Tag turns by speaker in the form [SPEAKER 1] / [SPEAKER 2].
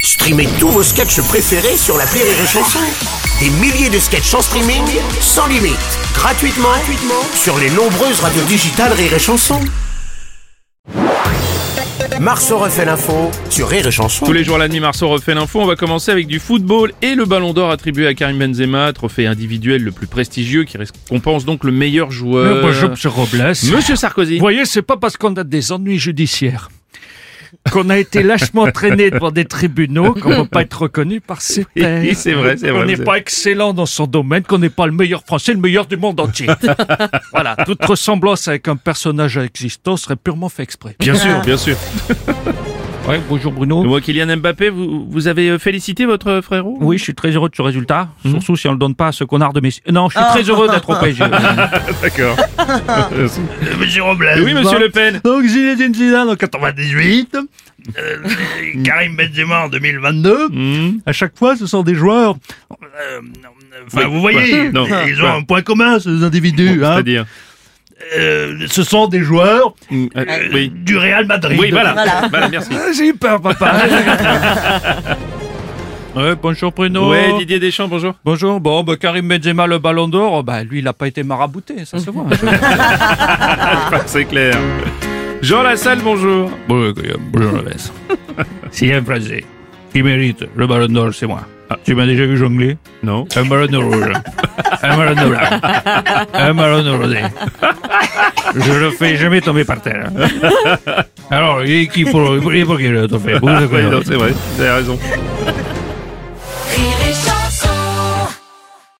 [SPEAKER 1] Streamez tous vos sketchs préférés sur la Rire et Chanson. Des milliers de sketchs en streaming, sans limite, gratuitement, gratuitement sur les nombreuses radios digitales Rire et Chanson. Marceau refait l'info sur Rire et Chanson.
[SPEAKER 2] Tous les jours à la nuit, Marceau refait l'info. On va commencer avec du football et le ballon d'or attribué à Karim Benzema, trophée individuel le plus prestigieux qui récompense donc le meilleur joueur.
[SPEAKER 3] Bonjour, monsieur Robles.
[SPEAKER 2] Euh, Monsieur Sarkozy.
[SPEAKER 3] Vous voyez, c'est pas parce qu'on a des ennuis judiciaires qu'on a été lâchement traîné devant des tribunaux qu'on ne peut pas être reconnu par ses pairs.
[SPEAKER 2] Oui, c'est vrai, c'est vrai,
[SPEAKER 3] Qu'on n'est
[SPEAKER 2] c'est
[SPEAKER 3] pas excellent dans son domaine, qu'on n'est pas le meilleur français, le meilleur du monde entier. voilà, toute ressemblance avec un personnage existant serait purement fait exprès.
[SPEAKER 2] Bien sûr, bien sûr.
[SPEAKER 3] Ouais, bonjour Bruno.
[SPEAKER 2] Moi, Kylian Mbappé, vous, vous avez euh, félicité votre frérot
[SPEAKER 3] Oui, je suis très heureux de ce résultat,
[SPEAKER 2] Hmm.
[SPEAKER 3] surtout si on le donne pas à ce connard de Messi. Non, je suis très heureux d'être au PSG.
[SPEAKER 2] Ah. D'accord.
[SPEAKER 4] Monsieur Robles.
[SPEAKER 2] Eh oui, monsieur
[SPEAKER 3] Bah.
[SPEAKER 2] Le Pen.
[SPEAKER 4] Donc Zinedine Zidane en 98, euh, et Karim Benzema en 2022.
[SPEAKER 2] Hmm.
[SPEAKER 4] À chaque fois, ce sont des joueurs. euh, Enfin,
[SPEAKER 2] Oui,
[SPEAKER 4] vous voyez,
[SPEAKER 2] quoi, non,
[SPEAKER 4] ils ont
[SPEAKER 2] quoi.
[SPEAKER 4] un point commun ces individus.
[SPEAKER 3] Bah.
[SPEAKER 4] hein.
[SPEAKER 2] C'est-à-dire
[SPEAKER 4] Euh, ce sont des joueurs
[SPEAKER 2] Hmm, euh, Oui.
[SPEAKER 4] du Real Madrid. Euh,
[SPEAKER 2] Oui, voilà. Voilà, merci.
[SPEAKER 3] J'ai eu peur, papa. Ouais, bonjour Bruno.
[SPEAKER 2] Ouais, Didier Deschamps, bonjour.
[SPEAKER 3] Bonjour, bon, bah, Karim Benzema, le ballon d'or, oh, bah, lui, il n'a pas été marabouté, ça se voit.
[SPEAKER 2] C'est clair. Jean Lassalle, bonjour.
[SPEAKER 5] Bonjour, Guillaume. Bonjour, la baisse. S'il y a un Français qui mérite le ballon d'or, c'est moi. Tu m'as déjà vu jongler
[SPEAKER 2] Ah. Non.
[SPEAKER 5] Un ballon d'or rouge. Un ballon d'or blanc. Un ballon d'or rosé. Je le fais jamais tomber par terre. Alors, il est qui pour, il est pour qui le trophée Vous le
[SPEAKER 2] Oui, non,
[SPEAKER 5] connaissez.
[SPEAKER 2] c'est vrai, vous avez raison.